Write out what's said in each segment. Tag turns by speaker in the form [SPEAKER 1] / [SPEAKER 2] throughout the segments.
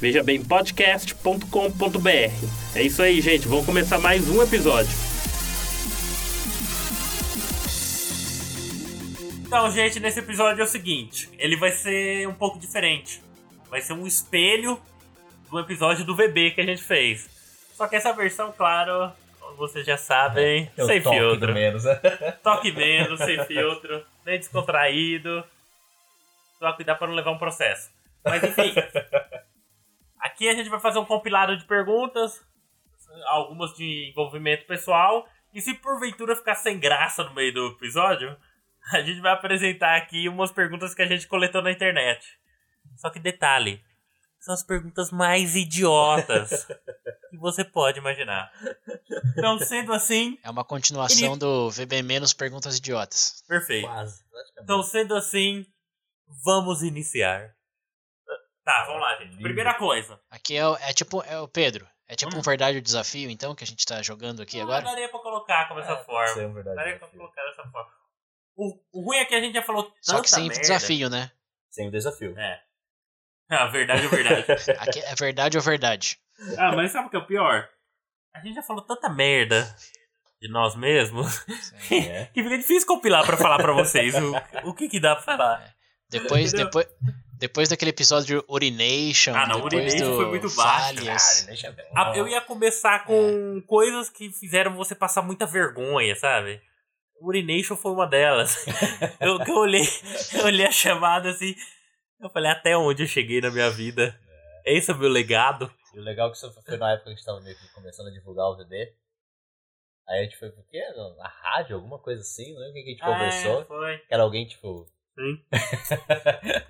[SPEAKER 1] vejabempodcast.com.br. É isso aí, gente, vamos começar mais um episódio. Então, gente, nesse episódio é o seguinte: ele vai ser um pouco diferente. Vai ser um espelho do episódio do VB que a gente fez. Só que essa versão, claro, como vocês já sabem,
[SPEAKER 2] Tem É, o
[SPEAKER 1] sem
[SPEAKER 2] toque
[SPEAKER 1] filtro.
[SPEAKER 2] do menos.
[SPEAKER 1] Toque menos, sem filtro, bem descontraído. Só cuidar para não levar um processo. Mas enfim. Aqui a gente vai fazer um compilado de perguntas, algumas de envolvimento pessoal. E se porventura ficar sem graça no meio do episódio, a gente vai apresentar aqui umas perguntas que a gente coletou na internet. Só que detalhe, são as perguntas mais idiotas que você pode imaginar. Então, sendo assim,
[SPEAKER 3] É uma continuação do VB Menos Perguntas Idiotas.
[SPEAKER 1] perfeito.
[SPEAKER 2] Quase, praticamente.
[SPEAKER 1] Então, sendo assim, vamos iniciar. Tá, vamos lá, gente. Primeira coisa.
[SPEAKER 3] Aqui é, o- é tipo, é o Pedro. É tipo
[SPEAKER 1] Hum. Ah,
[SPEAKER 3] um verdade ou desafio, então, que a gente tá jogando aqui
[SPEAKER 1] Não
[SPEAKER 3] agora.
[SPEAKER 1] daria pra colocar como essa
[SPEAKER 2] É,
[SPEAKER 1] forma.
[SPEAKER 2] isso é um verdade
[SPEAKER 1] daria pra
[SPEAKER 2] desafio.
[SPEAKER 1] colocar dessa forma. O, o ruim é que a gente já falou tanta
[SPEAKER 3] Só que sem
[SPEAKER 1] merda.
[SPEAKER 3] desafio, né?
[SPEAKER 2] Sem o desafio.
[SPEAKER 1] É. A verdade é verdade.
[SPEAKER 3] Aqui é verdade ou verdade.
[SPEAKER 1] ah, mas sabe o que é o pior? A gente já falou tanta merda de nós mesmos
[SPEAKER 2] É.
[SPEAKER 1] que fica difícil compilar pra falar pra vocês o, o que que dá pra falar.
[SPEAKER 3] Depois,
[SPEAKER 1] Entendeu?
[SPEAKER 3] depois, depois daquele episódio de Urination.
[SPEAKER 1] Ah, não,
[SPEAKER 3] depois
[SPEAKER 1] Urination
[SPEAKER 3] do
[SPEAKER 1] foi muito baixo,
[SPEAKER 3] Falhas.
[SPEAKER 2] deixa bem.
[SPEAKER 1] Ah, eu ia começar com coisas que fizeram você passar muita vergonha, sabe? Urination foi uma delas. eu, que eu olhei, eu olhei a chamada assim, eu falei até onde eu cheguei na minha vida. Esse é o meu legado.
[SPEAKER 2] E o legal é que isso foi na época que a gente tava meio que começando a divulgar o VD. Aí a gente foi pro quê? Na rádio, alguma coisa assim, não lembro o que que a gente
[SPEAKER 1] Ah,
[SPEAKER 2] conversou.
[SPEAKER 1] foi.
[SPEAKER 2] Que era alguém, tipo.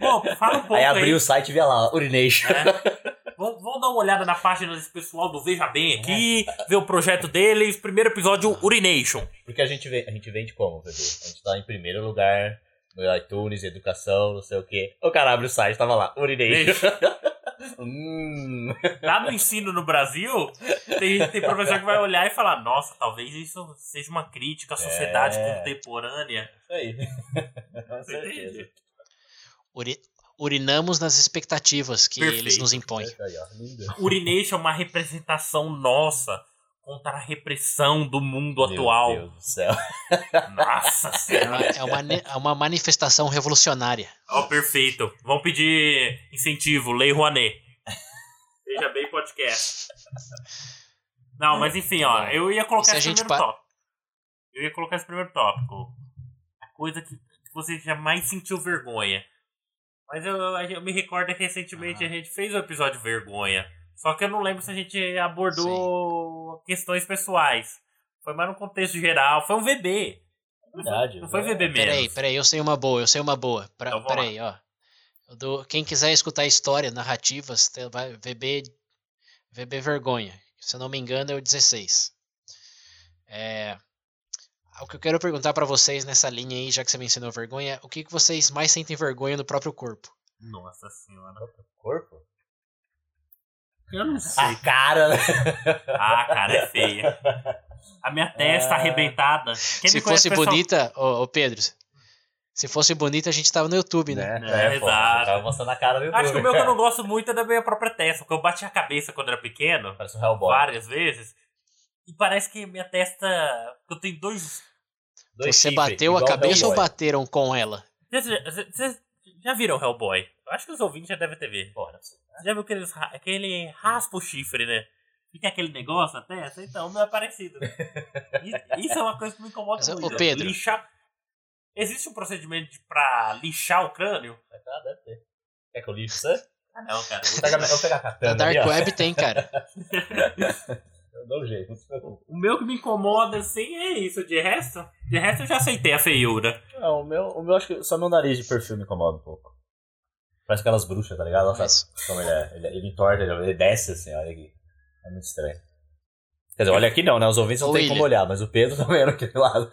[SPEAKER 1] Bom, fala um pouco
[SPEAKER 2] aí
[SPEAKER 1] aí.
[SPEAKER 2] abriu o site e via lá, Urination.
[SPEAKER 1] É. Vamos, vamos dar uma olhada na página desse pessoal do Veja Bem aqui, ver o projeto deles. Primeiro episódio, Urination.
[SPEAKER 2] Porque a gente, vende, a gente vende como, VD? A gente tá em primeiro lugar no iTunes, educação, não sei o quê. O cara abre o site, tava lá, Urination. hum.
[SPEAKER 1] Lá no ensino no Brasil, tem, tem professor que vai olhar e falar: Nossa, talvez isso seja uma crítica à sociedade
[SPEAKER 2] É.
[SPEAKER 1] contemporânea.
[SPEAKER 2] Isso aí. Com certeza.
[SPEAKER 3] Uri- urinamos nas expectativas que
[SPEAKER 1] Perfeito.
[SPEAKER 3] eles nos impõem.
[SPEAKER 2] Isso aí, ó. Lindo.
[SPEAKER 1] Urination é uma representação nossa contra a repressão do mundo
[SPEAKER 2] Meu
[SPEAKER 1] atual.
[SPEAKER 2] Deus do céu.
[SPEAKER 1] Nossa
[SPEAKER 3] É uma,
[SPEAKER 1] senhora.
[SPEAKER 3] é uma ne- é uma manifestação revolucionária.
[SPEAKER 1] Ó, perfeito. Vão pedir incentivo, Lei Rouanet. Veja bem podcast. Não, mas enfim, ó, eu ia colocar
[SPEAKER 3] E Tá se a
[SPEAKER 1] esse
[SPEAKER 3] gente
[SPEAKER 1] primeiro
[SPEAKER 3] pa-
[SPEAKER 1] tópico. Eu ia colocar esse primeiro tópico. A coisa que que você jamais sentiu vergonha. Mas eu, eu, eu me recordo que recentemente
[SPEAKER 3] Ah.
[SPEAKER 1] a gente fez o episódio vergonha. Só que eu não lembro se a gente abordou questões pessoais. Foi mais no contexto geral. Foi um VB. Não foi-
[SPEAKER 2] Verdade,
[SPEAKER 1] Não foi
[SPEAKER 2] verdade.
[SPEAKER 1] VB mesmo.
[SPEAKER 3] Peraí, peraí, eu sei uma boa, eu sei uma boa. Pra,
[SPEAKER 1] Então vamos
[SPEAKER 3] peraí, ó. Eu dou- quem quiser escutar história, narrativas, tem- vai VB, VB Vergonha. Se eu não me engano, é o 16. É, o que eu quero perguntar pra vocês nessa linha aí, já que você mencionou vergonha, o que, que vocês mais sentem vergonha no próprio corpo?
[SPEAKER 1] Nossa senhora.
[SPEAKER 2] Corpo?
[SPEAKER 1] Eu não sei.
[SPEAKER 2] A cara, né?
[SPEAKER 1] Ah, cara, é feia. A minha testa
[SPEAKER 2] Ah.
[SPEAKER 1] arrebentada. Quem
[SPEAKER 3] se
[SPEAKER 1] me conhece
[SPEAKER 3] fosse
[SPEAKER 1] pessoal-
[SPEAKER 3] bonita, ô, ô, Pedro, se fosse bonita, a gente tava no YouTube, né?
[SPEAKER 1] É,
[SPEAKER 2] pô,
[SPEAKER 1] exato.
[SPEAKER 2] Tava mostrando a cara do YouTube.
[SPEAKER 1] Acho que o meu que eu não gosto muito é da minha própria testa, porque eu bati a cabeça quando era pequeno,
[SPEAKER 2] Parece um Hellboy.
[SPEAKER 1] várias vezes, e parece que minha testa. Eu tenho dois.
[SPEAKER 2] Dois
[SPEAKER 3] Você
[SPEAKER 2] chifres,
[SPEAKER 3] bateu a
[SPEAKER 2] igual
[SPEAKER 3] cabeça ou
[SPEAKER 2] Hellboy.
[SPEAKER 3] bateram com ela?
[SPEAKER 1] Vocês já- Vocês já viram Hellboy? Eu acho que os ouvintes já devem ter visto.
[SPEAKER 2] Porra, não sei.
[SPEAKER 1] Você já viu que, eles ra- que ele raspa o chifre, né? Fica aquele negócio na testa? Então, o meu é parecido. I- Isso é uma coisa que me incomoda
[SPEAKER 3] Mas, ô,
[SPEAKER 1] muito.
[SPEAKER 3] Pedro.
[SPEAKER 1] Lixar. Existe um procedimento pra lixar o crânio?
[SPEAKER 2] Ah, deve ter. Quer que eu lixo isso?
[SPEAKER 1] Ah, não, cara.
[SPEAKER 2] Vou pegar, eu vou pegar a katana
[SPEAKER 3] É, Na Dark
[SPEAKER 2] ali, ó.
[SPEAKER 3] Web tem, cara.
[SPEAKER 2] Eu dou um jeito, não se preocupe.
[SPEAKER 1] O meu que me incomoda, assim, é isso. De resto, de resto eu já aceitei a feiura.
[SPEAKER 2] Não, o meu, o meu acho que só meu nariz de perfil me incomoda um pouco. Parece aquelas bruxas, tá ligado? Olha
[SPEAKER 3] Mas-
[SPEAKER 2] só como ele, é. ele, ele entorta, ele, ele desce assim, olha aqui. É muito estranho. Quer dizer, olha aqui não, né? Os ouvintes não
[SPEAKER 3] Ô,
[SPEAKER 2] tem como olhar, mas o Pedro tá também era aquele lado.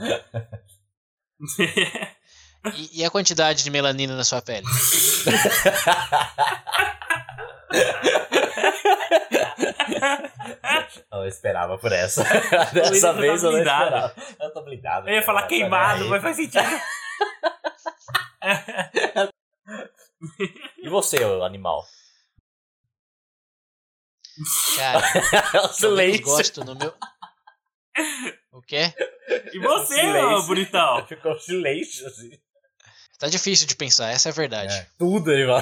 [SPEAKER 3] E, e a quantidade de melanina na sua pele?
[SPEAKER 2] Não, eu esperava por essa.
[SPEAKER 1] O Willis
[SPEAKER 2] Dessa
[SPEAKER 1] tá
[SPEAKER 2] vez eu não
[SPEAKER 1] blindado.
[SPEAKER 2] esperava. Eu tô blindado.
[SPEAKER 1] Eu ia falar
[SPEAKER 2] cara, tá
[SPEAKER 1] queimado,
[SPEAKER 2] olha aí.
[SPEAKER 1] mas faz sentido.
[SPEAKER 2] E você, ô animal?
[SPEAKER 3] Cara,
[SPEAKER 2] o
[SPEAKER 3] eu menos
[SPEAKER 2] silêncio.
[SPEAKER 3] gosto no meu. O quê?
[SPEAKER 1] E você,
[SPEAKER 2] Silêncio.
[SPEAKER 1] ô bonitão?
[SPEAKER 2] Ficou silêncio, assim.
[SPEAKER 3] Tá difícil de pensar, essa é a verdade.
[SPEAKER 2] É, tudo, animal.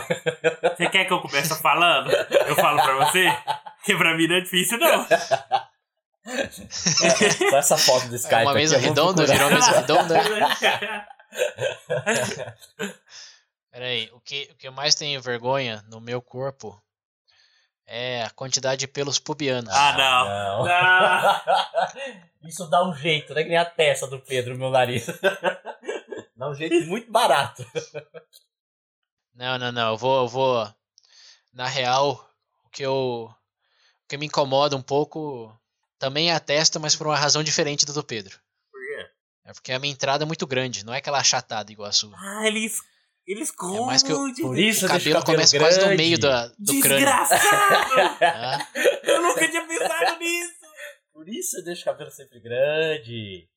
[SPEAKER 1] Você quer que eu comece falando? Eu falo pra você? Que pra mim não é difícil, não.
[SPEAKER 2] Só essa foto do Skype
[SPEAKER 3] É uma
[SPEAKER 2] tá aqui,
[SPEAKER 3] mesa
[SPEAKER 2] eu vou
[SPEAKER 3] redonda,
[SPEAKER 2] procurar.
[SPEAKER 3] virou uma mesa redonda.
[SPEAKER 1] é
[SPEAKER 3] Peraí, o que, o que eu mais tenho vergonha no meu corpo é a quantidade de pelos pubianos.
[SPEAKER 1] Ah, não.
[SPEAKER 2] Não.
[SPEAKER 1] Não.
[SPEAKER 2] Isso dá um jeito, né? Que nem a testa do Pedro, meu nariz. dá um jeito muito barato.
[SPEAKER 3] Não, não, não. Eu vou, eu vou. Na real, o que eu, o que me incomoda um pouco também é a testa, mas por uma razão diferente do do Pedro.
[SPEAKER 1] Por quê?
[SPEAKER 3] É porque a minha entrada é muito grande, não é aquela achatada igual a sua.
[SPEAKER 1] Ah, ele, es- ele esconde.
[SPEAKER 3] É mais que eu-
[SPEAKER 2] Por isso eu deixo
[SPEAKER 3] o cabelo
[SPEAKER 2] o cabelo
[SPEAKER 3] começa quase no
[SPEAKER 2] grande.
[SPEAKER 3] meio da, do crânio.
[SPEAKER 1] Desgraçado!
[SPEAKER 3] tá?
[SPEAKER 1] eu nunca tinha pensado nisso.
[SPEAKER 2] Por isso eu deixo o cabelo sempre grande.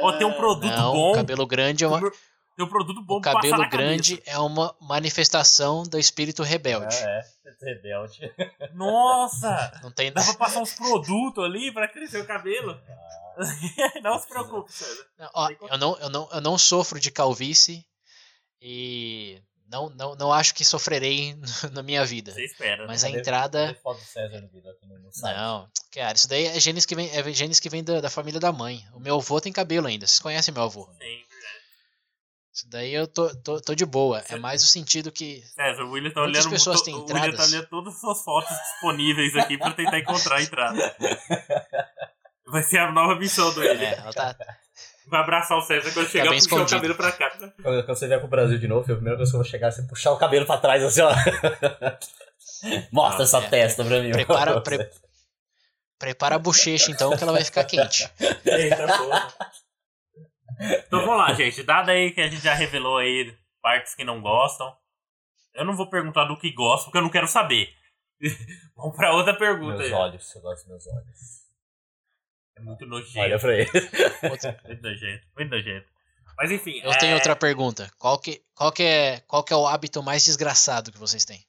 [SPEAKER 1] Ó, tem um produto
[SPEAKER 3] Não,
[SPEAKER 1] bom.
[SPEAKER 3] cabelo grande é uma,
[SPEAKER 1] Tem um produto bom
[SPEAKER 3] o
[SPEAKER 1] pra passar
[SPEAKER 3] cabelo
[SPEAKER 1] na cabeça.
[SPEAKER 3] grande é uma manifestação do espírito rebelde.
[SPEAKER 2] Ah, é. Você é rebelde.
[SPEAKER 1] Nossa!
[SPEAKER 3] Não tem
[SPEAKER 1] Dá pra passar uns produtos ali pra crescer o cabelo? Não se preocupe, César.
[SPEAKER 3] Não, ó, eu, não, eu, não, eu não sofro de calvície e não, não, não acho que sofrerei na minha vida.
[SPEAKER 1] Você é, espera. né?
[SPEAKER 3] Mas a
[SPEAKER 2] Cadê-
[SPEAKER 3] entrada.
[SPEAKER 2] Tem foto do César no vídeo aqui no no site.
[SPEAKER 3] Não, cara, isso daí é genes que vem, é genes que vem da, da família da mãe. O meu avô tem cabelo ainda, vocês conhecem meu avô.
[SPEAKER 1] Sim.
[SPEAKER 3] Isso daí eu tô, tô, tô de boa. É mais o sentido que.
[SPEAKER 1] César, o William tá
[SPEAKER 3] Muitas
[SPEAKER 1] olhando.
[SPEAKER 3] pessoas
[SPEAKER 1] to-
[SPEAKER 3] têm
[SPEAKER 1] o William tá
[SPEAKER 3] entradas.
[SPEAKER 1] olhando todas as suas fotos disponíveis aqui pra tentar encontrar a entrada. Vai ser a nova missão do ele.
[SPEAKER 3] É, ela tá,
[SPEAKER 1] Vai abraçar o César quando chegar
[SPEAKER 3] bem
[SPEAKER 1] puxar o
[SPEAKER 3] escondido.
[SPEAKER 1] cabelo pra cá. né?
[SPEAKER 2] Quando, quando você vier pro Brasil de novo, a primeira coisa que eu vou chegar é você puxar o cabelo pra trás, assim, ó. Mostra
[SPEAKER 1] Ah,
[SPEAKER 2] essa
[SPEAKER 3] é.
[SPEAKER 2] testa pra mim.
[SPEAKER 3] prepara, pre- prepara a bochecha então, que ela vai ficar quente.
[SPEAKER 1] Eita porra. Então vamos lá, gente. Dado aí que a gente já revelou aí partes que não gostam. Eu não vou perguntar do que gosto, porque eu não quero saber. vamos pra outra pergunta.
[SPEAKER 2] Meus
[SPEAKER 1] aí.
[SPEAKER 2] olhos, eu gosto dos meus olhos.
[SPEAKER 1] É muito nojento.
[SPEAKER 2] Olha pra ele.
[SPEAKER 3] Outra-
[SPEAKER 1] Muito nojento, muito nojento. Mas enfim.
[SPEAKER 3] Eu
[SPEAKER 1] é,
[SPEAKER 3] tenho outra pergunta. Qual que, qual, que é, qual que é o hábito mais desgraçado que vocês têm?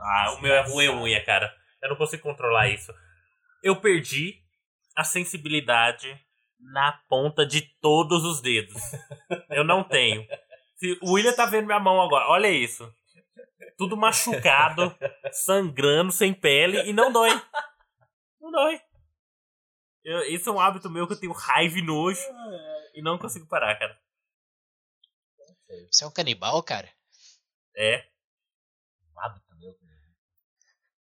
[SPEAKER 1] Ah, o meu é ruim, unha, cara. Eu não consigo controlar isso. Eu perdi a sensibilidade na ponta de todos os dedos. Eu não tenho. Se- o William tá vendo minha mão agora, olha isso. Tudo machucado, sangrando, sem pele e não dói. Não dói. Eu- esse é um hábito meu que eu tenho raiva e nojo e não consigo parar, cara.
[SPEAKER 3] Você é um canibal, cara?
[SPEAKER 1] É,
[SPEAKER 2] Hábito meu.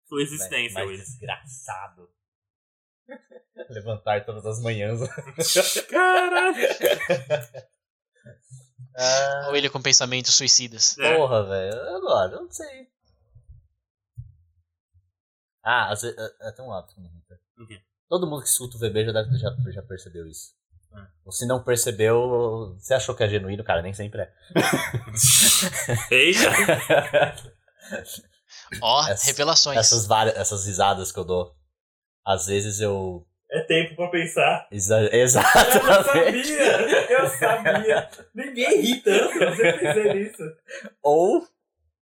[SPEAKER 1] sua existência,
[SPEAKER 2] mais, mais
[SPEAKER 1] William.
[SPEAKER 2] desgraçado. Levantar todas as manhãs.
[SPEAKER 1] Caralho!
[SPEAKER 3] Ou ele é com pensamentos suicidas?
[SPEAKER 1] É.
[SPEAKER 2] Porra, velho. Agora, eu não sei. Ah, às vezes- é, é, tem um hábito que me irrita.
[SPEAKER 1] O quê?
[SPEAKER 2] Todo mundo que escuta o VB já, deve, já, já percebeu isso.
[SPEAKER 1] Ah.
[SPEAKER 2] Ou se não percebeu, você achou que é genuíno, cara, nem sempre é.
[SPEAKER 1] Eita!
[SPEAKER 3] Ó,
[SPEAKER 2] Essa-
[SPEAKER 3] revelações.
[SPEAKER 2] Essas, várias, essas risadas que eu dou. Às vezes eu.
[SPEAKER 1] É tempo pra pensar.
[SPEAKER 2] exa-
[SPEAKER 1] Eu não
[SPEAKER 2] Exatamente.
[SPEAKER 1] sabia! Eu sabia! Ninguém ri tanto, eu sempre pensei nisso.
[SPEAKER 2] Ou,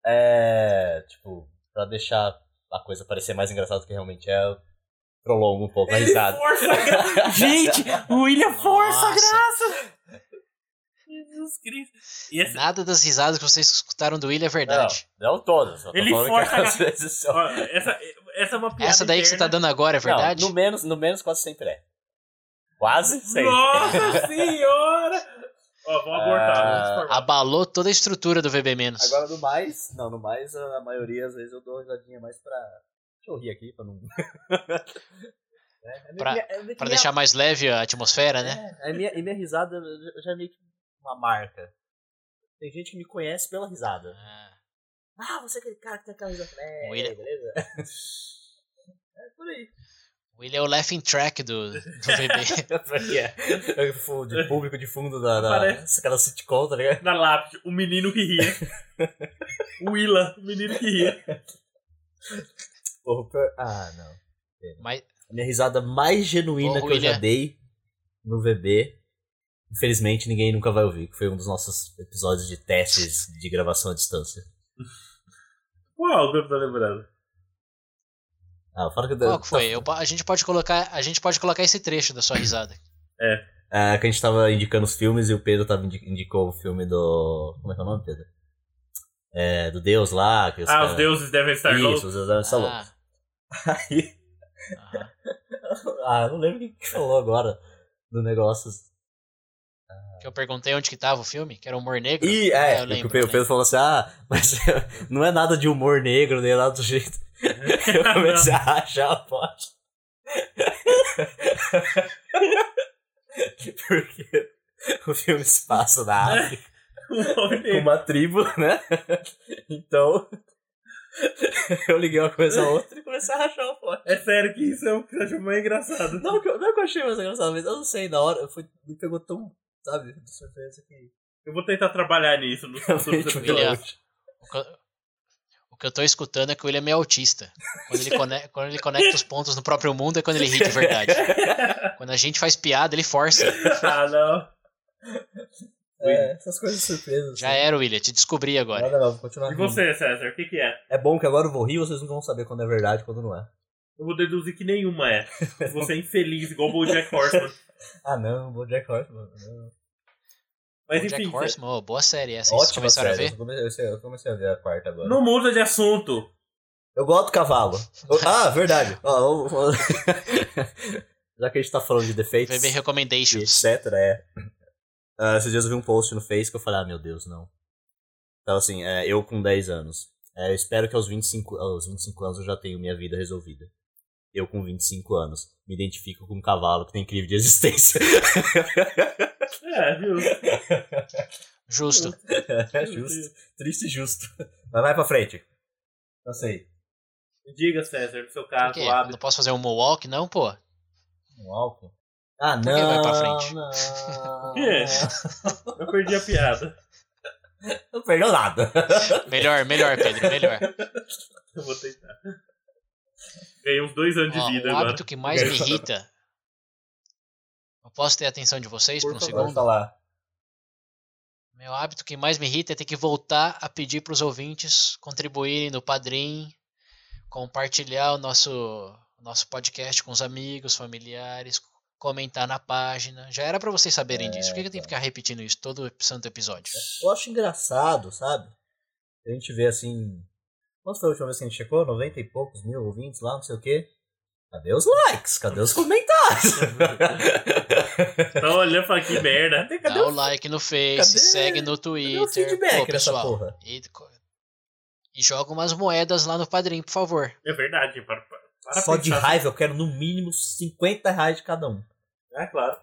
[SPEAKER 2] é, tipo, pra deixar a coisa parecer mais engraçada do que realmente é, eu prolongo um pouco a
[SPEAKER 1] Ele
[SPEAKER 2] risada.
[SPEAKER 1] força a graça! Gente, o William força a
[SPEAKER 3] Nossa.
[SPEAKER 1] graça! Jesus Cristo! E esse-
[SPEAKER 3] Nada das risadas que vocês escutaram do Will é verdade. É
[SPEAKER 2] Não, não todas. eu tô
[SPEAKER 1] Ele
[SPEAKER 2] falando que
[SPEAKER 1] força né? a
[SPEAKER 2] às vezes são-
[SPEAKER 1] ó, essa, essa é uma piada.
[SPEAKER 3] Essa daí que você tá
[SPEAKER 1] interna.
[SPEAKER 3] dando agora é
[SPEAKER 2] Não,
[SPEAKER 3] verdade?
[SPEAKER 2] no menos, no menos quase sempre é. Quase sempre.
[SPEAKER 1] Nossa senhora! Ó, vamos abortar,
[SPEAKER 2] Ah,
[SPEAKER 1] vamos formar.
[SPEAKER 3] Abalou toda a estrutura do VB menos.
[SPEAKER 2] Agora no mais, não, no mais a maioria às vezes eu dou uma risadinha mais pra... Deixa eu rir aqui pra não... É, é
[SPEAKER 3] Pra-
[SPEAKER 2] minha- é meio que
[SPEAKER 3] Pra
[SPEAKER 2] minha-
[SPEAKER 3] deixar mais leve a atmosfera, né?
[SPEAKER 2] É, é minha, e minha risada já é meio que uma marca. Tem gente que me conhece pela risada.
[SPEAKER 3] Ah,
[SPEAKER 2] Ah, você é aquele cara que tem a camisa preta,
[SPEAKER 3] Um William.
[SPEAKER 2] beleza? é por aí.
[SPEAKER 3] O William é o laughing track do, do VB.
[SPEAKER 2] é. o de público de fundo da, da
[SPEAKER 1] Parece.
[SPEAKER 2] aquela sitcom, tá ligado?
[SPEAKER 1] Na lápide, o menino que ria. o Willa, o menino que ria.
[SPEAKER 2] Porra, o pior- ah, não.
[SPEAKER 3] Mas,
[SPEAKER 2] A minha risada mais genuína
[SPEAKER 3] Ô,
[SPEAKER 2] que eu já
[SPEAKER 3] William.
[SPEAKER 2] dei no VB. Infelizmente, ninguém nunca vai ouvir, que foi um dos nossos episódios de testes de gravação à distância.
[SPEAKER 1] Qual que eu tô tá lembrando?
[SPEAKER 2] Ah, fala que eu
[SPEAKER 3] qual que foi? Eu po- a, gente pode colocar, a gente pode colocar esse trecho da sua risada.
[SPEAKER 2] Ah, que a gente tava indicando os filmes e o Pedro tava indi- indicou o filme do. Como é que é o nome, Pedro? É, do Deus lá. Que
[SPEAKER 1] Ah,
[SPEAKER 2] caras-
[SPEAKER 1] os deuses devem estar loucos.
[SPEAKER 2] Isso, os deuses estão loucos.
[SPEAKER 3] Ah,
[SPEAKER 2] Aí-
[SPEAKER 3] aham.
[SPEAKER 2] Ah, eu não lembro o que que falou agora do negócio.
[SPEAKER 3] que eu perguntei onde que tava o filme, que era o Humor Negro.
[SPEAKER 2] Ih,
[SPEAKER 3] Ah,
[SPEAKER 2] é,
[SPEAKER 3] eu
[SPEAKER 2] o que
[SPEAKER 3] lembro,
[SPEAKER 2] o Pedro
[SPEAKER 3] eu
[SPEAKER 2] Pedro falou assim: ah, mas não é nada de humor negro, nem nada do jeito. Eu comecei a rachar a pote. Porque o filme se passa na África.
[SPEAKER 1] O homem
[SPEAKER 2] com
[SPEAKER 1] negro.
[SPEAKER 2] uma tribo, né? Então. eu liguei uma coisa a outra e comecei a rachar o pote.
[SPEAKER 1] É sério que isso é um que você achou mais engraçado.
[SPEAKER 2] É, Não, que eu- não que eu achei mais engraçado, mas eu não sei, na hora eu fui, me pegou tão, sabe, de surpresa que.
[SPEAKER 1] Eu vou tentar trabalhar nisso no futuro.
[SPEAKER 2] Realmente,
[SPEAKER 1] episódio.
[SPEAKER 3] William. O que eu- O que eu tô escutando é que o William é autista. Quando ele, cone- quando ele conecta os pontos no próprio mundo é quando ele ri de verdade. Quando a gente faz piada, ele força.
[SPEAKER 1] ah, não.
[SPEAKER 2] É, essas coisas surpresas.
[SPEAKER 3] Já é,
[SPEAKER 2] assim.
[SPEAKER 3] era, William, te descobri agora.
[SPEAKER 2] Nada não, vou continuar.
[SPEAKER 1] E
[SPEAKER 3] Uhum.
[SPEAKER 2] rindo.
[SPEAKER 1] você, César, o que, que é?
[SPEAKER 2] É bom que agora eu vou rir e vocês não vão saber quando é verdade e quando não é.
[SPEAKER 1] Eu vou deduzir que nenhuma é. Você é infeliz, igual o Jack Horseman.
[SPEAKER 2] Ah não, vou Jack Horseman. não.
[SPEAKER 1] Mas
[SPEAKER 3] O Jack
[SPEAKER 1] enfim,
[SPEAKER 3] Horseman, ô, boa série essa, vocês
[SPEAKER 2] Ótima
[SPEAKER 3] começaram
[SPEAKER 2] série.
[SPEAKER 3] a ver?
[SPEAKER 2] Eu, comecei, eu comecei a ver a quarta agora.
[SPEAKER 1] não muda de assunto.
[SPEAKER 2] Eu gosto do cavalo. Eu- ah, verdade. Ó, eu- eu- Já que a gente tá falando de defeitos.
[SPEAKER 3] VB
[SPEAKER 2] e
[SPEAKER 3] Recommendations.
[SPEAKER 2] etc, é. Ah, esses dias eu vi um post no Face que eu falei, ah, meu Deus, não. Então, assim, é, eu com 10 anos. É, eu espero que aos 25, aos 25 anos eu já tenha minha vida resolvida. Eu com 25 anos me identifico com um cavalo que tem crise de existência.
[SPEAKER 1] É, viu?
[SPEAKER 3] Justo.
[SPEAKER 2] é justo. Triste e justo. Mas vai pra frente. Não sei.
[SPEAKER 1] Diga, César, no seu
[SPEAKER 2] Tá
[SPEAKER 3] Por
[SPEAKER 1] caso,
[SPEAKER 3] quê?
[SPEAKER 1] o hábito.
[SPEAKER 3] Não posso fazer um mohawk, não, pô?
[SPEAKER 2] Um álcool? Ah, não.
[SPEAKER 3] que vai pra frente? É.
[SPEAKER 2] Não.
[SPEAKER 1] quê? Eu perdi a piada.
[SPEAKER 2] não perdeu nada.
[SPEAKER 3] Melhor, melhor, Pedro, melhor.
[SPEAKER 1] Eu vou tentar. Ganhei uns dois anos
[SPEAKER 3] Ó,
[SPEAKER 1] de vida
[SPEAKER 3] o
[SPEAKER 1] agora.
[SPEAKER 3] hábito que mais me irrita. Eu posso ter a atenção de vocês por, um
[SPEAKER 2] Pode
[SPEAKER 3] segundo?
[SPEAKER 2] falar.
[SPEAKER 3] Meu hábito que mais me irrita é ter que voltar a pedir para os ouvintes contribuírem no Padrim, compartilhar o nosso, nosso podcast com os amigos, familiares, comentar na página. Já era para
[SPEAKER 2] É,
[SPEAKER 3] vocês saberem disso. Por que, que eu tenho que ficar repetindo isso todo santo episódio?
[SPEAKER 2] Eu acho engraçado, sabe? A gente vê assim. Quanto foi a última vez que a gente checou? 90 e poucos mil ouvintes lá, não sei o quê. Cadê os likes? Cadê os comentários?
[SPEAKER 1] Tá olhando e fala que merda.
[SPEAKER 2] cadê cadê
[SPEAKER 3] Dá o
[SPEAKER 2] o,
[SPEAKER 3] like no Face,
[SPEAKER 2] cadê-
[SPEAKER 3] segue no
[SPEAKER 2] cadê
[SPEAKER 3] Twitter.
[SPEAKER 2] o feedback
[SPEAKER 3] Pô,
[SPEAKER 2] dessa
[SPEAKER 3] pessoal,
[SPEAKER 2] porra?
[SPEAKER 3] e, co- e joga umas moedas lá no Padrim, por favor.
[SPEAKER 1] É verdade, para, para, para
[SPEAKER 2] Só de
[SPEAKER 1] pensar.
[SPEAKER 2] raiva eu quero no mínimo 50 reais de cada um.
[SPEAKER 1] É claro.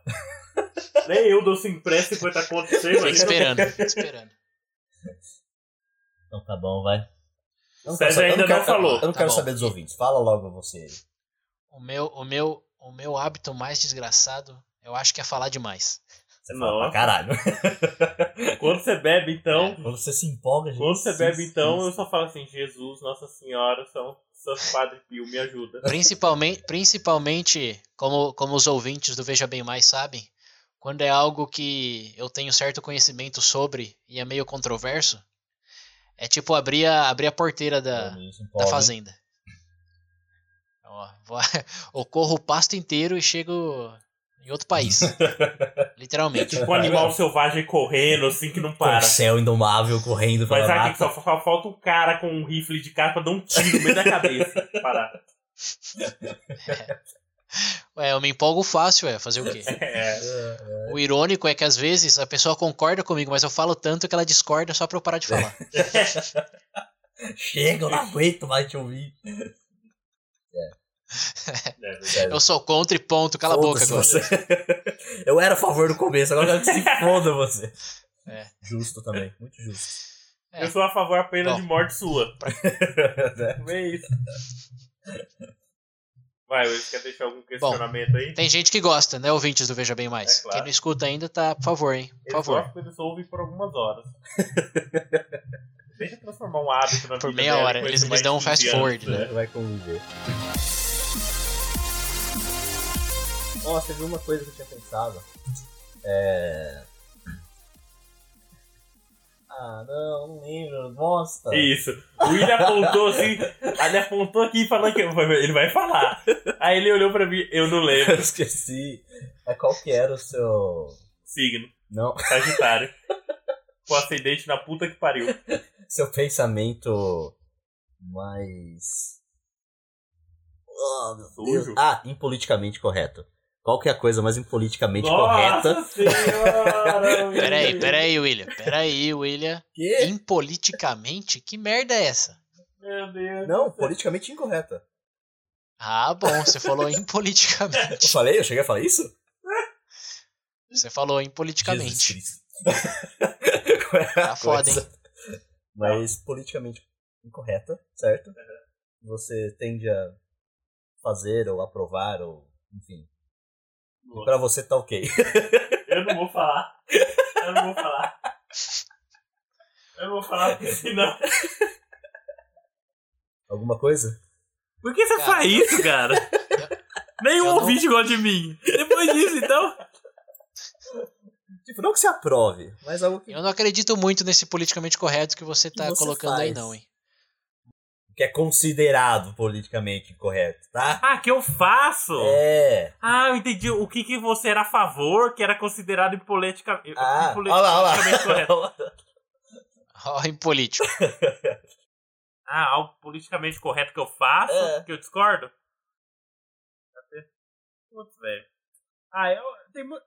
[SPEAKER 1] Nem eu dou 5 pressa 50 conto pra você,
[SPEAKER 3] Fica
[SPEAKER 1] mas
[SPEAKER 3] esperando, esperando.
[SPEAKER 2] Então tá bom, vai. Eu
[SPEAKER 1] César
[SPEAKER 2] saber- eu
[SPEAKER 1] ainda
[SPEAKER 2] quero-
[SPEAKER 1] não falou.
[SPEAKER 2] Eu não
[SPEAKER 3] Tá
[SPEAKER 2] quero
[SPEAKER 3] bom.
[SPEAKER 2] saber dos ouvintes. Fala logo você.
[SPEAKER 3] O meu, o meu, o meu hábito mais desgraçado, eu acho que é falar demais.
[SPEAKER 2] Você fala
[SPEAKER 1] Não.
[SPEAKER 2] pra caralho.
[SPEAKER 1] quando você bebe, então.
[SPEAKER 2] Quando você se empolga, gente.
[SPEAKER 1] Quando você
[SPEAKER 2] se-
[SPEAKER 1] bebe, então,
[SPEAKER 2] se-
[SPEAKER 1] eu só falo assim: Jesus, Nossa Senhora, São, São Padre Pio, me ajuda.
[SPEAKER 3] Principalmente, principalmente como, como os ouvintes do Veja Bem Mais sabem, quando é algo que eu tenho certo conhecimento sobre e é meio controverso, é tipo abrir a, abrir a porteira da,
[SPEAKER 2] se
[SPEAKER 3] da
[SPEAKER 2] empolga.
[SPEAKER 3] fazenda. Então, Ó, vou- eu corro o pasto inteiro e chego em outro país. Literalmente.
[SPEAKER 1] Tipo um animal selvagem correndo, assim, que não para.
[SPEAKER 2] Com o céu indomável correndo pela
[SPEAKER 1] Mas sabe o que
[SPEAKER 2] mata.
[SPEAKER 1] só, só falta um cara com um rifle de cara pra dar um tiro no meio da cabeça. Parar.
[SPEAKER 3] Ué, É, eu me empolgo fácil, é fazer o quê?
[SPEAKER 1] É.
[SPEAKER 3] O irônico é que às vezes a pessoa concorda comigo, mas eu falo tanto que ela discorda só pra eu parar de falar.
[SPEAKER 2] Chega, eu não aguento mais te ouvir.
[SPEAKER 1] é.
[SPEAKER 3] Eu sou contra e ponto, cala a boca
[SPEAKER 2] é. Foda-se
[SPEAKER 3] agora.
[SPEAKER 2] você. Eu era a favor no começo, agora eu quero que se foda você.
[SPEAKER 3] É.
[SPEAKER 2] Justo também, muito justo.
[SPEAKER 3] É.
[SPEAKER 1] Eu sou a favor da pena
[SPEAKER 3] Bom.
[SPEAKER 1] de morte sua. É isso. Vai, Will, quer deixar algum questionamento aí?
[SPEAKER 3] Tem gente que gosta, né, ouvintes do Veja Bem Mais.
[SPEAKER 1] É claro.
[SPEAKER 3] Quem não escuta ainda, tá, por favor, hein? Por
[SPEAKER 1] Eles
[SPEAKER 3] favor.
[SPEAKER 1] gostam porque eles ouvem por algumas horas. Deixa eu transformar um hábito na
[SPEAKER 3] Por
[SPEAKER 1] vida
[SPEAKER 3] meia
[SPEAKER 1] dela,
[SPEAKER 3] hora,
[SPEAKER 1] coisa
[SPEAKER 3] eles- eles
[SPEAKER 1] mais
[SPEAKER 3] dão um fast forward,
[SPEAKER 1] né?
[SPEAKER 3] né?
[SPEAKER 2] Vai conviver. Ó, você viu uma coisa que eu tinha pensado? É. Ah, não, não lembro. Bosta.
[SPEAKER 1] Isso. O William apontou assim, ele apontou aqui falando que eu- ele vai falar. Aí ele olhou pra mim, eu não
[SPEAKER 2] Eu
[SPEAKER 1] lembro.
[SPEAKER 2] esqueci. Mas qual que era o seu.
[SPEAKER 1] Signo,
[SPEAKER 2] Não,
[SPEAKER 1] Sagitário. Com acidente na puta que pariu.
[SPEAKER 2] seu pensamento mais. Oh, meu Deus.
[SPEAKER 1] Sujo?
[SPEAKER 2] Ah, impoliticamente correto. Qual que é a coisa mais impoliticamente correta?
[SPEAKER 1] Nossa senhora! Will.
[SPEAKER 3] Peraí, peraí, William. Peraí, William.
[SPEAKER 2] Que?
[SPEAKER 3] Impoliticamente? Que merda é essa?
[SPEAKER 1] Meu Deus.
[SPEAKER 2] Não, politicamente incorreta.
[SPEAKER 3] Ah, bom, você falou
[SPEAKER 2] Eu
[SPEAKER 3] impoliticamente.
[SPEAKER 2] falei, eu cheguei a falar isso?
[SPEAKER 3] Você falou
[SPEAKER 2] Jesus
[SPEAKER 3] impoliticamente.
[SPEAKER 2] Cristo. Qual é a
[SPEAKER 3] Tá foda,
[SPEAKER 2] coisa? Mas politicamente incorreta, certo? Você tende a fazer ou aprovar ou enfim. Pra você tá ok.
[SPEAKER 1] Eu não vou falar. Eu não vou falar. Eu não vou falar porque senão.
[SPEAKER 2] Alguma coisa?
[SPEAKER 1] Por que você
[SPEAKER 3] Cara,
[SPEAKER 1] faz isso, cara? Nenhum
[SPEAKER 3] eu não-
[SPEAKER 1] ouvinte gosta de mim. Depois disso, então.
[SPEAKER 2] Tipo, não que você aprove, mas algo que,
[SPEAKER 3] Eu não acredito muito nesse politicamente correto que você tá
[SPEAKER 2] você
[SPEAKER 3] colocando aí,
[SPEAKER 2] faz?
[SPEAKER 3] não, hein?
[SPEAKER 2] que é considerado politicamente incorreto, tá?
[SPEAKER 1] Ah, que eu faço?
[SPEAKER 2] É.
[SPEAKER 1] Ah, eu entendi. O que, que você era a favor que era considerado impolitica...
[SPEAKER 2] Ah, olha
[SPEAKER 1] impoliticamente
[SPEAKER 2] lá, olha
[SPEAKER 1] correto?
[SPEAKER 2] lá.
[SPEAKER 3] Ó, impolítico.
[SPEAKER 1] Ah, algo politicamente correto que eu faço,
[SPEAKER 2] É.
[SPEAKER 1] que eu discordo? Cadê? Putz, velho. Ah, eu. Tem... mu-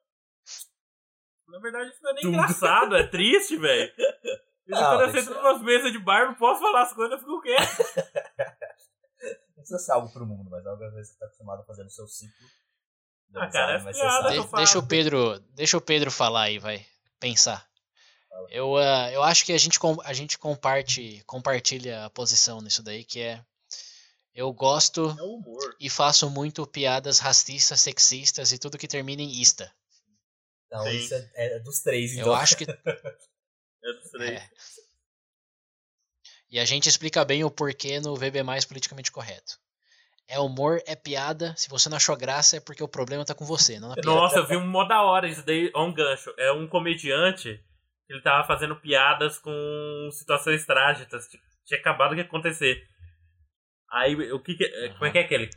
[SPEAKER 1] Na verdade, isso não é nem
[SPEAKER 2] Tudo.
[SPEAKER 1] engraçado, é triste, velho. De vez em
[SPEAKER 2] Ah,
[SPEAKER 1] Quando eu
[SPEAKER 2] mas-
[SPEAKER 1] sento numas mesas de bar, não posso falar as coisas, eu fico quieto.
[SPEAKER 2] Não precisa ser algo pro mundo, mas algo às vezes você tá acostumado a fazer no seu ciclo.
[SPEAKER 1] Ah, cara, é
[SPEAKER 2] Mas você
[SPEAKER 1] piada,
[SPEAKER 2] sabe.
[SPEAKER 1] eu
[SPEAKER 3] De-
[SPEAKER 1] falo.
[SPEAKER 3] deixa o Pedro, deixa o Pedro falar aí, vai pensar. Eu, ah, eu acho que a gente com- a gente comparte, compartilha a posição nisso daí que é eu gosto
[SPEAKER 1] É o humor.
[SPEAKER 3] e faço muito piadas racistas, sexistas e tudo que termina em ista.
[SPEAKER 2] Não,
[SPEAKER 1] Sim.
[SPEAKER 2] isso é, é dos três, então.
[SPEAKER 3] Eu acho que
[SPEAKER 1] É dos três.
[SPEAKER 3] é. E a gente explica bem o porquê no VB mais politicamente correto. É humor, é piada. Se você não achou graça, é porque o problema tá com você, não na piada.
[SPEAKER 1] Nossa, eu vi um mó da hora isso daí, ó um gancho. É um comediante, ele tava fazendo piadas com situações trágicas, ti- tinha acabado de acontecer. Aí, o que que, eh, como é que é aquele?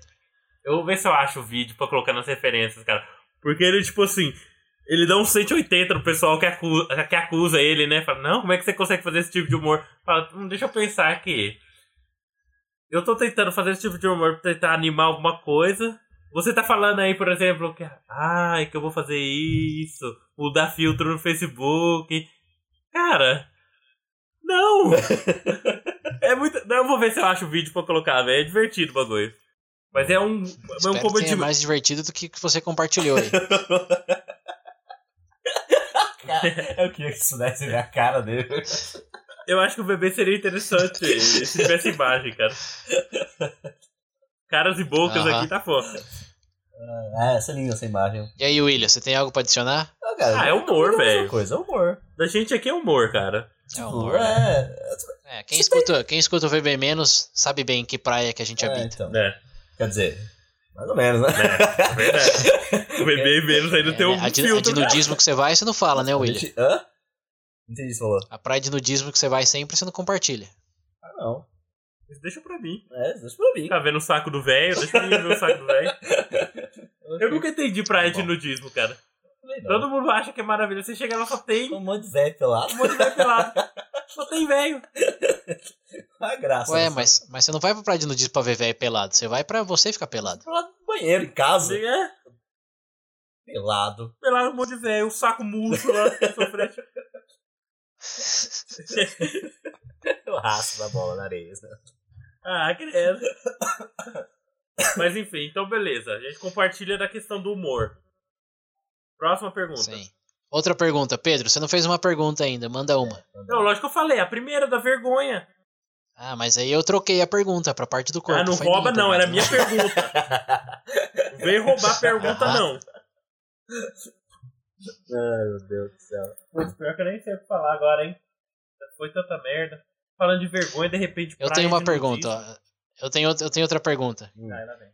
[SPEAKER 1] Eu vou ver se eu acho o vídeo pra colocar nas referências, cara. Porque ele, tipo assim, ele dá um 180 no pessoal que acusa, que acusa ele, né? Fala, não, como é que você consegue fazer esse tipo de humor? Fala, hum, deixa eu pensar aqui. Eu tô tentando fazer esse tipo de humor pra tentar animar alguma coisa. Você tá falando aí, por exemplo, que ai, que eu vou fazer isso, mudar filtro no Facebook. Cara, não! é muito. Não, eu vou ver se eu acho o vídeo pra colocar, velho. É divertido o bagulho. Mas é um. É um
[SPEAKER 3] Espero que
[SPEAKER 1] comedy.
[SPEAKER 3] tenha mais divertido do que que você compartilhou aí.
[SPEAKER 2] Eu queria que isso desse na cara dele.
[SPEAKER 1] Eu acho que o bebê seria interessante se tivesse imagem, cara. Caras e bocas
[SPEAKER 3] Aham.
[SPEAKER 1] aqui tá foda.
[SPEAKER 2] Ah, essa linda essa imagem.
[SPEAKER 3] E aí, William, você tem algo pra adicionar?
[SPEAKER 2] Ah,
[SPEAKER 1] Ah, é humor,
[SPEAKER 2] velho.
[SPEAKER 1] velho.
[SPEAKER 2] coisa, é humor.
[SPEAKER 1] Da gente aqui é humor, cara.
[SPEAKER 3] É
[SPEAKER 2] Tipo,
[SPEAKER 3] humor,
[SPEAKER 2] é.
[SPEAKER 3] É, quem escuta, quem escuta o VB menos sabe bem que praia que a gente
[SPEAKER 2] é,
[SPEAKER 3] habita.
[SPEAKER 2] então.
[SPEAKER 1] É,
[SPEAKER 2] Quer dizer, mais ou menos, né?
[SPEAKER 1] é verdade. O bebê menos ainda tem
[SPEAKER 3] É,
[SPEAKER 1] um
[SPEAKER 3] né? a, di- a
[SPEAKER 1] filtro.
[SPEAKER 3] de nudismo que você vai, você não fala, né,
[SPEAKER 2] A
[SPEAKER 3] William?
[SPEAKER 2] gente- Hã? Não entendi o que você falou.
[SPEAKER 3] A praia de nudismo que você vai sempre, você não compartilha.
[SPEAKER 2] Ah, não.
[SPEAKER 1] Deixa pra mim.
[SPEAKER 2] É, deixa pra mim.
[SPEAKER 1] Tá vendo o saco do velho? Deixa eu ver o saco do velho. Eu nunca entendi praia de
[SPEAKER 3] Bom.
[SPEAKER 1] nudismo, cara.
[SPEAKER 2] Também não.
[SPEAKER 1] Todo mundo acha que é maravilha. Você chega lá, só tem
[SPEAKER 2] Um monte de velho pelado.
[SPEAKER 1] um monte de velho pelado. Só tem velho.
[SPEAKER 2] Uma graça.
[SPEAKER 3] Ué,
[SPEAKER 2] né?
[SPEAKER 3] mas, mas você não vai pra praia de nudismo pra ver velho pelado, você vai pra você ficar pelado.
[SPEAKER 2] Pro lado do banheiro, em casa.
[SPEAKER 1] É,
[SPEAKER 2] Pelado.
[SPEAKER 1] pelado um monte de velho. O saco murcho lá, sofrendo.
[SPEAKER 2] Eu raspo da bola na areia. né?
[SPEAKER 1] Ah, credo. Mas enfim, então beleza. A gente compartilha da questão do humor. Próxima pergunta.
[SPEAKER 3] Sim. Outra pergunta, Pedro, você não fez uma pergunta ainda, manda uma.
[SPEAKER 1] Não, lógico que eu falei, a primeira da vergonha.
[SPEAKER 3] Ah, mas aí eu troquei a pergunta pra parte do né? corpo.
[SPEAKER 1] ah, não
[SPEAKER 3] foi
[SPEAKER 1] rouba
[SPEAKER 3] minha
[SPEAKER 1] não, era minha
[SPEAKER 3] pergunta.
[SPEAKER 1] pergunta. Não Veio roubar a pergunta
[SPEAKER 3] Ah.
[SPEAKER 1] não.
[SPEAKER 2] Ai, meu Deus do céu.
[SPEAKER 1] Putz, pior que eu nem sei o que falar agora, hein. Já Foi tanta merda. Falando de vergonha, de repente...
[SPEAKER 3] Eu
[SPEAKER 1] praia
[SPEAKER 3] tenho uma
[SPEAKER 1] de nudismo.
[SPEAKER 3] pergunta, ó. Eu tenho, outra- eu tenho outra pergunta.
[SPEAKER 2] Hum,
[SPEAKER 1] Ah, lá vem.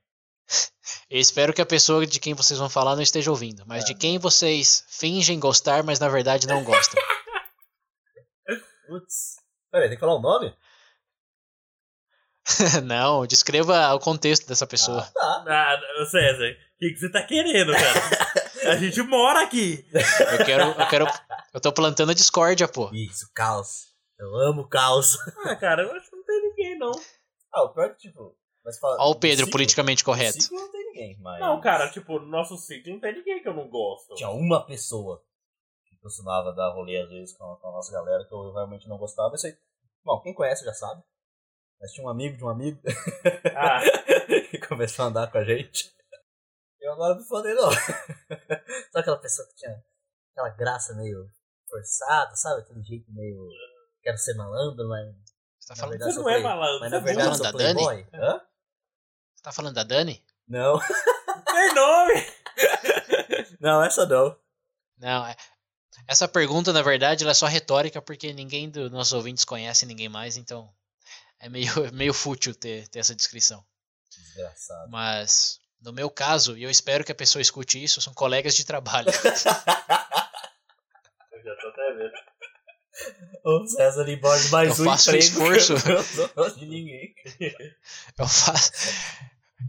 [SPEAKER 3] Eu espero que a pessoa de quem vocês vão falar não esteja ouvindo, mas
[SPEAKER 1] É.
[SPEAKER 3] de quem vocês fingem gostar, mas na verdade não gostam.
[SPEAKER 2] Putz. Peraí, tem que falar o nome?
[SPEAKER 3] não, descreva o contexto dessa pessoa.
[SPEAKER 2] Tá.
[SPEAKER 1] Ah, ô César, o que, que você tá querendo, cara? A gente mora aqui.
[SPEAKER 3] Eu quero, eu quero, eu tô plantando a discórdia, pô.
[SPEAKER 2] Isso, caos. Eu amo caos.
[SPEAKER 1] Ah, cara, eu acho que não tem ninguém, não.
[SPEAKER 2] Ah, o pior é que, tipo. Mas fala,
[SPEAKER 3] Ó o Pedro
[SPEAKER 2] do ciclo-
[SPEAKER 3] politicamente
[SPEAKER 2] do
[SPEAKER 3] correto.
[SPEAKER 2] ciclo não tem ninguém, mas.
[SPEAKER 1] Não, cara, tipo, no nosso ciclo não tem ninguém que eu não gosto.
[SPEAKER 2] Tinha uma pessoa que costumava dar rolê às vezes com a, com a nossa galera que eu realmente não gostava. Eu sei. Bom, quem conhece já sabe. Mas tinha um amigo de um amigo
[SPEAKER 1] Ah,
[SPEAKER 2] que começou a andar com a gente. Eu agora não falei não. Sabe aquela pessoa que tinha aquela graça meio forçada, sabe? Aquele jeito meio. Quero ser malandro, mas.
[SPEAKER 3] Você tá
[SPEAKER 2] Na
[SPEAKER 3] falando,
[SPEAKER 2] verdade,
[SPEAKER 1] você
[SPEAKER 2] sou
[SPEAKER 1] não é
[SPEAKER 2] play-
[SPEAKER 1] malandro.
[SPEAKER 2] Mas na
[SPEAKER 1] Você é
[SPEAKER 2] verdade eu
[SPEAKER 1] burro.
[SPEAKER 2] sou
[SPEAKER 3] Falando da Dani?
[SPEAKER 2] playboy. Hã?
[SPEAKER 3] você tá falando da Dani?
[SPEAKER 2] Não.
[SPEAKER 1] Tem nome!
[SPEAKER 2] Não, essa não.
[SPEAKER 3] Não, é- essa pergunta, na verdade, ela é só retórica, porque ninguém dos nossos ouvintes conhece ninguém mais, então é meio, é meio fútil ter, ter essa descrição.
[SPEAKER 2] Desgraçado.
[SPEAKER 3] Mas, no meu caso, e eu espero que a pessoa escute isso, são colegas de trabalho.
[SPEAKER 1] Eu já tô até vendo.
[SPEAKER 2] O César ali embora de mais
[SPEAKER 3] Eu
[SPEAKER 2] um
[SPEAKER 3] faço um
[SPEAKER 2] emprego.
[SPEAKER 3] esforço.
[SPEAKER 2] Eu não gosto de ninguém.
[SPEAKER 3] Eu faço,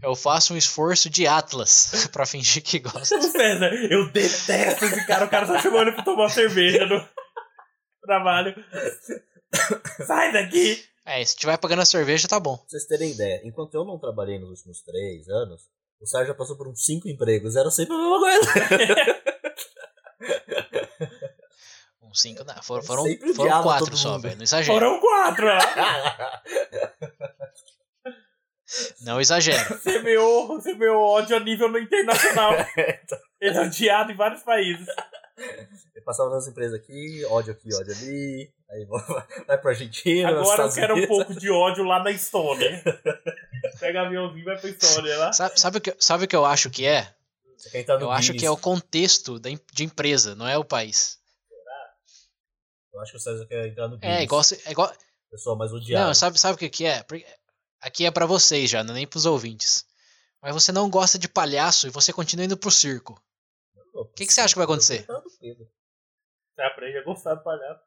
[SPEAKER 3] eu faço um esforço de Atlas pra fingir que gosto.
[SPEAKER 1] O César, eu detesto esse cara. O cara tá chamando pra tomar cerveja no trabalho. Sai daqui!
[SPEAKER 3] É, se tiver pagando a cerveja, tá bom.
[SPEAKER 2] Pra vocês terem ideia, enquanto eu não trabalhei nos últimos três anos, o Sérgio já passou por uns cinco empregos, era sempre a mesma coisa.
[SPEAKER 3] Um cinco, não, foram, foram,
[SPEAKER 2] Sempre
[SPEAKER 3] foram
[SPEAKER 2] odiava
[SPEAKER 3] quatro
[SPEAKER 2] todo
[SPEAKER 3] só,
[SPEAKER 2] mundo.
[SPEAKER 3] velho. Não exagero.
[SPEAKER 1] Foram quatro! ó.
[SPEAKER 3] Não exagero.
[SPEAKER 1] Você é meu, você meu ódio a nível internacional. Ele é odiado em vários países.
[SPEAKER 2] Eu passava nas empresas aqui, ódio aqui, ódio ali, aí vai- vai pra Argentina, nos
[SPEAKER 1] Agora eu
[SPEAKER 2] Estados
[SPEAKER 1] quero um
[SPEAKER 2] Unidos.
[SPEAKER 1] pouco de ódio lá na Estônia. Pega aviãozinho e vai pra Estônia lá.
[SPEAKER 3] Sabe, sabe, o que, sabe o que eu acho que é?
[SPEAKER 2] Você quer entrar Tá no
[SPEAKER 3] Eu acho
[SPEAKER 2] Guinness.
[SPEAKER 3] que é o contexto da, em- de empresa, não é o país.
[SPEAKER 2] Eu acho que o César quer entrar no Guinness.
[SPEAKER 3] É igual. se- É igual
[SPEAKER 2] Pessoal mais odiado.
[SPEAKER 3] não, sabe, sabe o que, que é? Porque Aqui é pra vocês já, não é nem pros ouvintes. Mas você não gosta de palhaço e você continua indo pro circo.
[SPEAKER 2] O
[SPEAKER 3] que que você acha que vai acontecer?
[SPEAKER 1] Você aprende a gostar do palhaço.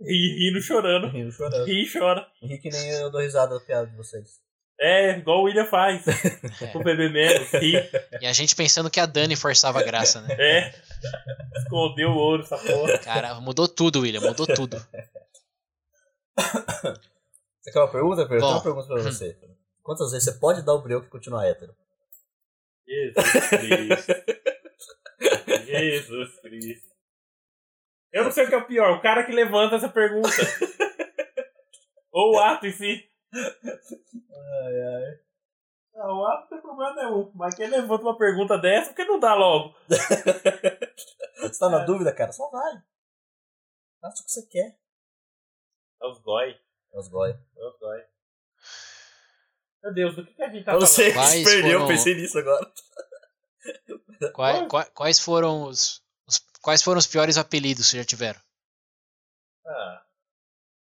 [SPEAKER 1] E rindo, chorando.
[SPEAKER 2] Rio chorando.
[SPEAKER 1] Ri e chora.
[SPEAKER 2] Ri que nem eu dou risada da piada de vocês.
[SPEAKER 1] É, igual o William faz.
[SPEAKER 3] É.
[SPEAKER 1] Com o bebê menos, ri.
[SPEAKER 3] E a gente pensando que a Dani forçava a graça, né?
[SPEAKER 1] É. Escondeu o ouro, essa porra.
[SPEAKER 3] Cara, mudou tudo, William, mudou tudo.
[SPEAKER 2] Você quer uma pergunta, Pedro? Eu tenho
[SPEAKER 3] Bom.
[SPEAKER 2] uma pergunta pra você. Quantas vezes você pode dar o breu que continuar hétero?
[SPEAKER 1] Jesus Cristo. Jesus Cristo. Eu não sei o que é o pior, o cara que levanta essa pergunta. Ou o ato em si. Ai, ai. o ato não tem problema nenhum. Mas quem levanta uma pergunta dessa, por que não dá logo?
[SPEAKER 2] Você tá na dúvida, cara? Só vai. Faça o que você quer.
[SPEAKER 1] É os goi.
[SPEAKER 2] É os boy.
[SPEAKER 1] É os goi. Meu Deus, do que, que a gente tá
[SPEAKER 2] Eu não
[SPEAKER 1] falando?
[SPEAKER 2] sei,
[SPEAKER 3] Quais
[SPEAKER 2] perdeu,
[SPEAKER 3] foram-
[SPEAKER 2] pensei nisso agora.
[SPEAKER 3] Quais, qua- quais foram os, os- Quais foram os piores apelidos que já tiveram?
[SPEAKER 1] Ah.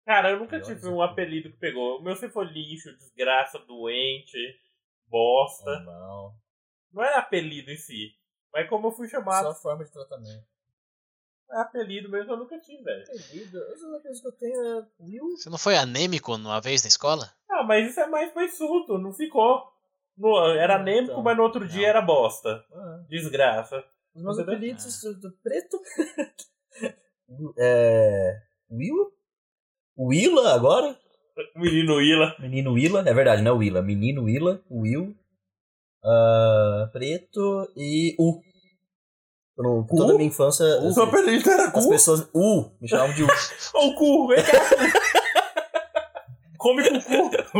[SPEAKER 1] Cara, eu nunca
[SPEAKER 2] Piores
[SPEAKER 1] tive um
[SPEAKER 2] aqui.
[SPEAKER 1] apelido que pegou. O meu sempre foi lixo, desgraça, doente, bosta.
[SPEAKER 2] não.
[SPEAKER 1] Não era apelido em si. Mas como eu fui chamado,
[SPEAKER 2] Só forma de tratamento.
[SPEAKER 1] é apelido mesmo, eu nunca tive, velho.
[SPEAKER 2] Querido, as únicas coisas que eu tenho é Will.
[SPEAKER 3] Você não foi anêmico uma vez na escola?
[SPEAKER 1] Ah, mas isso é mais pra insulto, não ficou. No- era
[SPEAKER 2] Então,
[SPEAKER 1] anêmico, mas no outro dia
[SPEAKER 3] não.
[SPEAKER 1] era bosta.
[SPEAKER 2] Ah,
[SPEAKER 1] Desgraça.
[SPEAKER 2] os meus
[SPEAKER 1] Você vai-
[SPEAKER 2] apelidos do, do preto. é. Will? Willa agora?
[SPEAKER 1] Menino Ila.
[SPEAKER 2] Menino Willa, é verdade, não é Willa. Menino Willa, Will, ah, Preto e U. No,
[SPEAKER 1] Cu?
[SPEAKER 2] toda a minha infância, as,
[SPEAKER 1] Seu apelido era
[SPEAKER 2] as
[SPEAKER 1] cu
[SPEAKER 2] pessoas. U, me chamavam de U.
[SPEAKER 1] ou cu? Ele Come com o cu.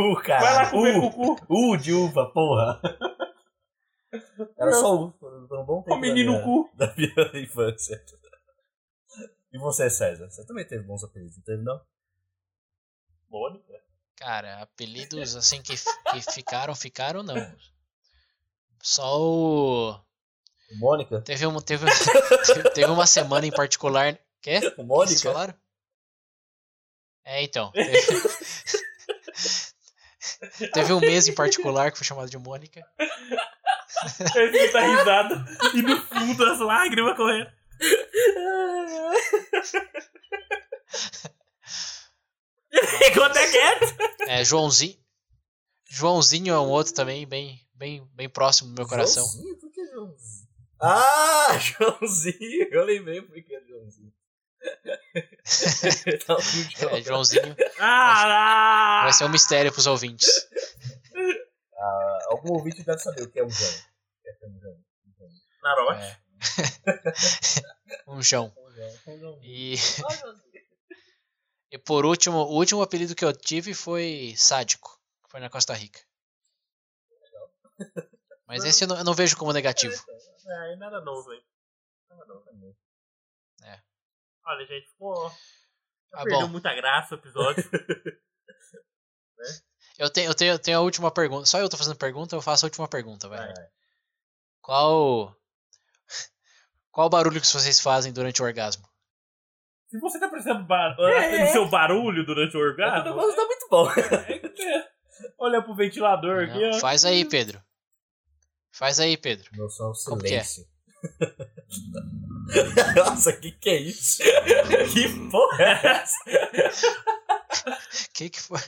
[SPEAKER 2] U, cara.
[SPEAKER 1] Vai lá comer
[SPEAKER 2] U.
[SPEAKER 1] com o cu.
[SPEAKER 2] U de uva, porra. Era só U. Por por um bom
[SPEAKER 1] Ô
[SPEAKER 2] tempo.
[SPEAKER 1] menino
[SPEAKER 2] da minha,
[SPEAKER 1] cu.
[SPEAKER 2] Da minha infância. E você, César? Você também teve bons apelidos, não teve, não?
[SPEAKER 1] Mônica?
[SPEAKER 3] Cara, apelidos assim que, que ficaram, ficaram não. Só o.
[SPEAKER 2] O Mônica?
[SPEAKER 3] Teve, um, teve, teve- teve uma semana em particular. Quê? O que
[SPEAKER 2] O Mônica?
[SPEAKER 3] vocês falaram? É, então. Teve... teve um mês em particular que foi chamado de Mônica.
[SPEAKER 1] Eu escuto a risada tá e no fundo as lágrimas correndo. Enquanto é quieto.
[SPEAKER 3] É, Joãozinho. Joãozinho é um outro também, bem, bem, bem próximo do meu coração.
[SPEAKER 2] Joãozinho? Por que Joãozinho? Ah, Joãozinho! Eu lembrei porque é Joãozinho. Tá um João.
[SPEAKER 3] É, Joãozinho
[SPEAKER 1] Ah,
[SPEAKER 3] vai ser um mistério pros ouvintes.
[SPEAKER 2] Algum ouvinte deve saber o que é um João. O que é ter um João?
[SPEAKER 1] Narote.
[SPEAKER 3] É. um João.
[SPEAKER 2] Um João, um Joãozinho.
[SPEAKER 3] E,
[SPEAKER 2] Ah, Joãozinho.
[SPEAKER 3] e por último, o último apelido que eu tive foi Sádico, que foi na Costa Rica. Mas esse eu não, eu não vejo como negativo.
[SPEAKER 1] Ah, ainda era novo, hein? né?
[SPEAKER 2] Ah, não, tá bom.
[SPEAKER 1] Olha, gente, pô.
[SPEAKER 3] Ah,
[SPEAKER 1] perdeu
[SPEAKER 3] bom.
[SPEAKER 1] muita graça o episódio.
[SPEAKER 3] Eu tenho, eu, tenho, eu tenho a última pergunta. Só eu tô fazendo pergunta, eu faço a última pergunta, vai.
[SPEAKER 2] Vai, vai.
[SPEAKER 3] Qual. Qual barulho que vocês fazem durante o orgasmo?
[SPEAKER 1] Se você tá precisando bar... do seu barulho durante o
[SPEAKER 2] Mas O
[SPEAKER 1] orgasmo,
[SPEAKER 2] negócio tá muito bom.
[SPEAKER 1] olha pro ventilador aqui,
[SPEAKER 3] Não,
[SPEAKER 1] ó.
[SPEAKER 3] faz aí, Pedro. Faz aí, Pedro.
[SPEAKER 2] Meu só um
[SPEAKER 3] Como que é?
[SPEAKER 2] silêncio. Nossa, que que é isso? que porra é essa?
[SPEAKER 3] Que que foi?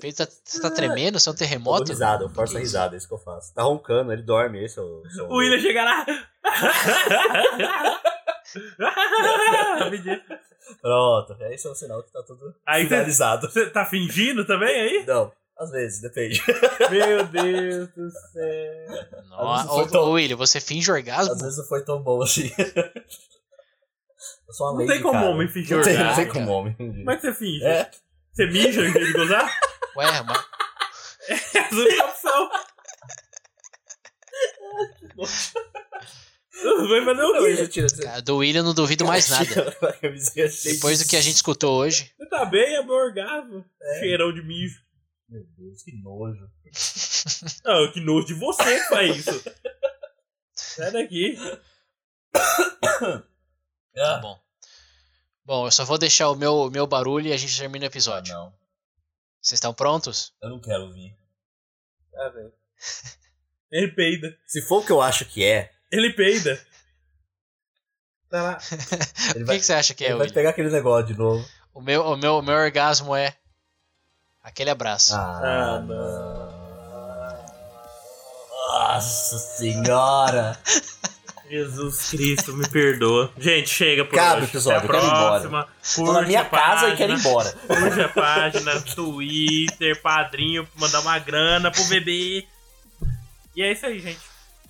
[SPEAKER 3] Pedro, tá, você tá tremendo? Isso é um
[SPEAKER 2] Eu dou
[SPEAKER 3] terremoto?
[SPEAKER 2] risada, eu forço
[SPEAKER 3] Que
[SPEAKER 2] a
[SPEAKER 3] isso?
[SPEAKER 2] risada, é isso que eu faço. Tá roncando, ele dorme, esse é o... esse é
[SPEAKER 1] O William chega lá.
[SPEAKER 2] Pronto, esse é um sinal que tá tudo
[SPEAKER 1] Aí você-
[SPEAKER 2] finalizado.
[SPEAKER 1] você tá fingindo também aí?
[SPEAKER 2] Não, às vezes, depende.
[SPEAKER 1] Meu Deus do céu.
[SPEAKER 2] Às vezes
[SPEAKER 3] Nossa,
[SPEAKER 2] foi tão-
[SPEAKER 3] ô, ô, William, você finge orgasmo?
[SPEAKER 2] Às vezes não foi tão bom assim. Eu sou uma
[SPEAKER 1] Não
[SPEAKER 2] lady,
[SPEAKER 1] tem como
[SPEAKER 2] cara.
[SPEAKER 1] homem fingir
[SPEAKER 2] Não tem, não
[SPEAKER 3] orgasmo,
[SPEAKER 2] tem como
[SPEAKER 3] cara.
[SPEAKER 2] homem.
[SPEAKER 1] Como é que você finge?
[SPEAKER 2] É,
[SPEAKER 1] Você mija em vez de gozar?
[SPEAKER 3] Ué, mas
[SPEAKER 1] É a única opção. Vai fazer o
[SPEAKER 2] não, eu
[SPEAKER 1] quê?
[SPEAKER 2] já tiro esse-
[SPEAKER 3] cara, do William eu não duvido mais nada.
[SPEAKER 2] Tira a camisinha cheia de-
[SPEAKER 3] Depois do que a gente escutou hoje,
[SPEAKER 1] Você tá bem, é meu orgasmo. Cheirão de mijo.
[SPEAKER 2] Meu Deus, que nojo.
[SPEAKER 1] Ah, que nojo de você que faz isso. Sai daqui.
[SPEAKER 2] Ah.
[SPEAKER 3] tá bom. Bom, eu só vou deixar o meu, o meu barulho e a gente termina o
[SPEAKER 2] Ah,
[SPEAKER 3] episódio.
[SPEAKER 2] não.
[SPEAKER 3] Vocês estão prontos?
[SPEAKER 2] Eu não quero ouvir.
[SPEAKER 1] Ele peida.
[SPEAKER 2] Se for o que eu acho que é,
[SPEAKER 1] Ele peida.
[SPEAKER 2] ele
[SPEAKER 3] o
[SPEAKER 2] vai,
[SPEAKER 3] que, que você acha que é,
[SPEAKER 2] ele vai
[SPEAKER 3] William?
[SPEAKER 2] pegar aquele negócio de novo.
[SPEAKER 3] O meu, o, meu, o meu orgasmo é aquele abraço.
[SPEAKER 2] Ah,
[SPEAKER 1] Ah, não.
[SPEAKER 2] nossa senhora.
[SPEAKER 1] Jesus Cristo, me perdoa. Gente, chega por
[SPEAKER 2] Cabe o
[SPEAKER 1] hoje.
[SPEAKER 2] episódio,
[SPEAKER 1] Até a
[SPEAKER 2] eu quero ir embora.
[SPEAKER 1] próxima.
[SPEAKER 2] Tô na minha casa e
[SPEAKER 1] né?
[SPEAKER 2] quero ir embora.
[SPEAKER 1] Curte a página, Twitter, padrinho, mandar uma grana pro bebê. E é isso aí, gente.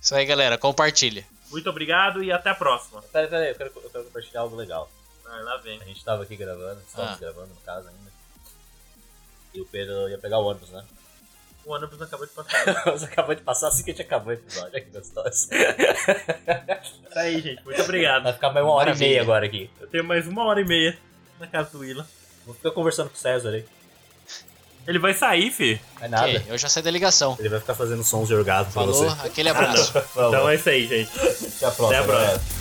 [SPEAKER 3] Isso aí, galera. Compartilha.
[SPEAKER 1] Muito obrigado e até a próxima.
[SPEAKER 2] Peraí, peraí, eu quero, eu quero compartilhar algo legal.
[SPEAKER 1] Ah, lá vem.
[SPEAKER 2] A gente tava aqui gravando, estamos
[SPEAKER 3] Ah.
[SPEAKER 2] gravando no caso ainda. E o Pedro ia pegar o ônibus, né?
[SPEAKER 1] O ônibus acabou de passar.
[SPEAKER 2] Você acabou de passar assim que a gente acabou o episódio, olha que gostoso.
[SPEAKER 1] Isso Tá aí, gente. Muito obrigado.
[SPEAKER 2] Vai ficar mais uma hora
[SPEAKER 3] Maravilha.
[SPEAKER 2] e meia agora aqui.
[SPEAKER 1] Eu tenho mais uma hora e meia na casa do Willa.
[SPEAKER 2] Vou ficar conversando com o César aí.
[SPEAKER 1] Ele vai sair, fi.
[SPEAKER 2] Não é nada.
[SPEAKER 3] Ok, eu já saí da ligação.
[SPEAKER 2] Ele vai ficar fazendo sons de orgasmo pra
[SPEAKER 3] Falou,
[SPEAKER 2] você.
[SPEAKER 3] aquele abraço.
[SPEAKER 2] Falou.
[SPEAKER 1] Então é isso aí, gente.
[SPEAKER 2] Até a próxima.
[SPEAKER 1] Até a próxima.
[SPEAKER 2] galera.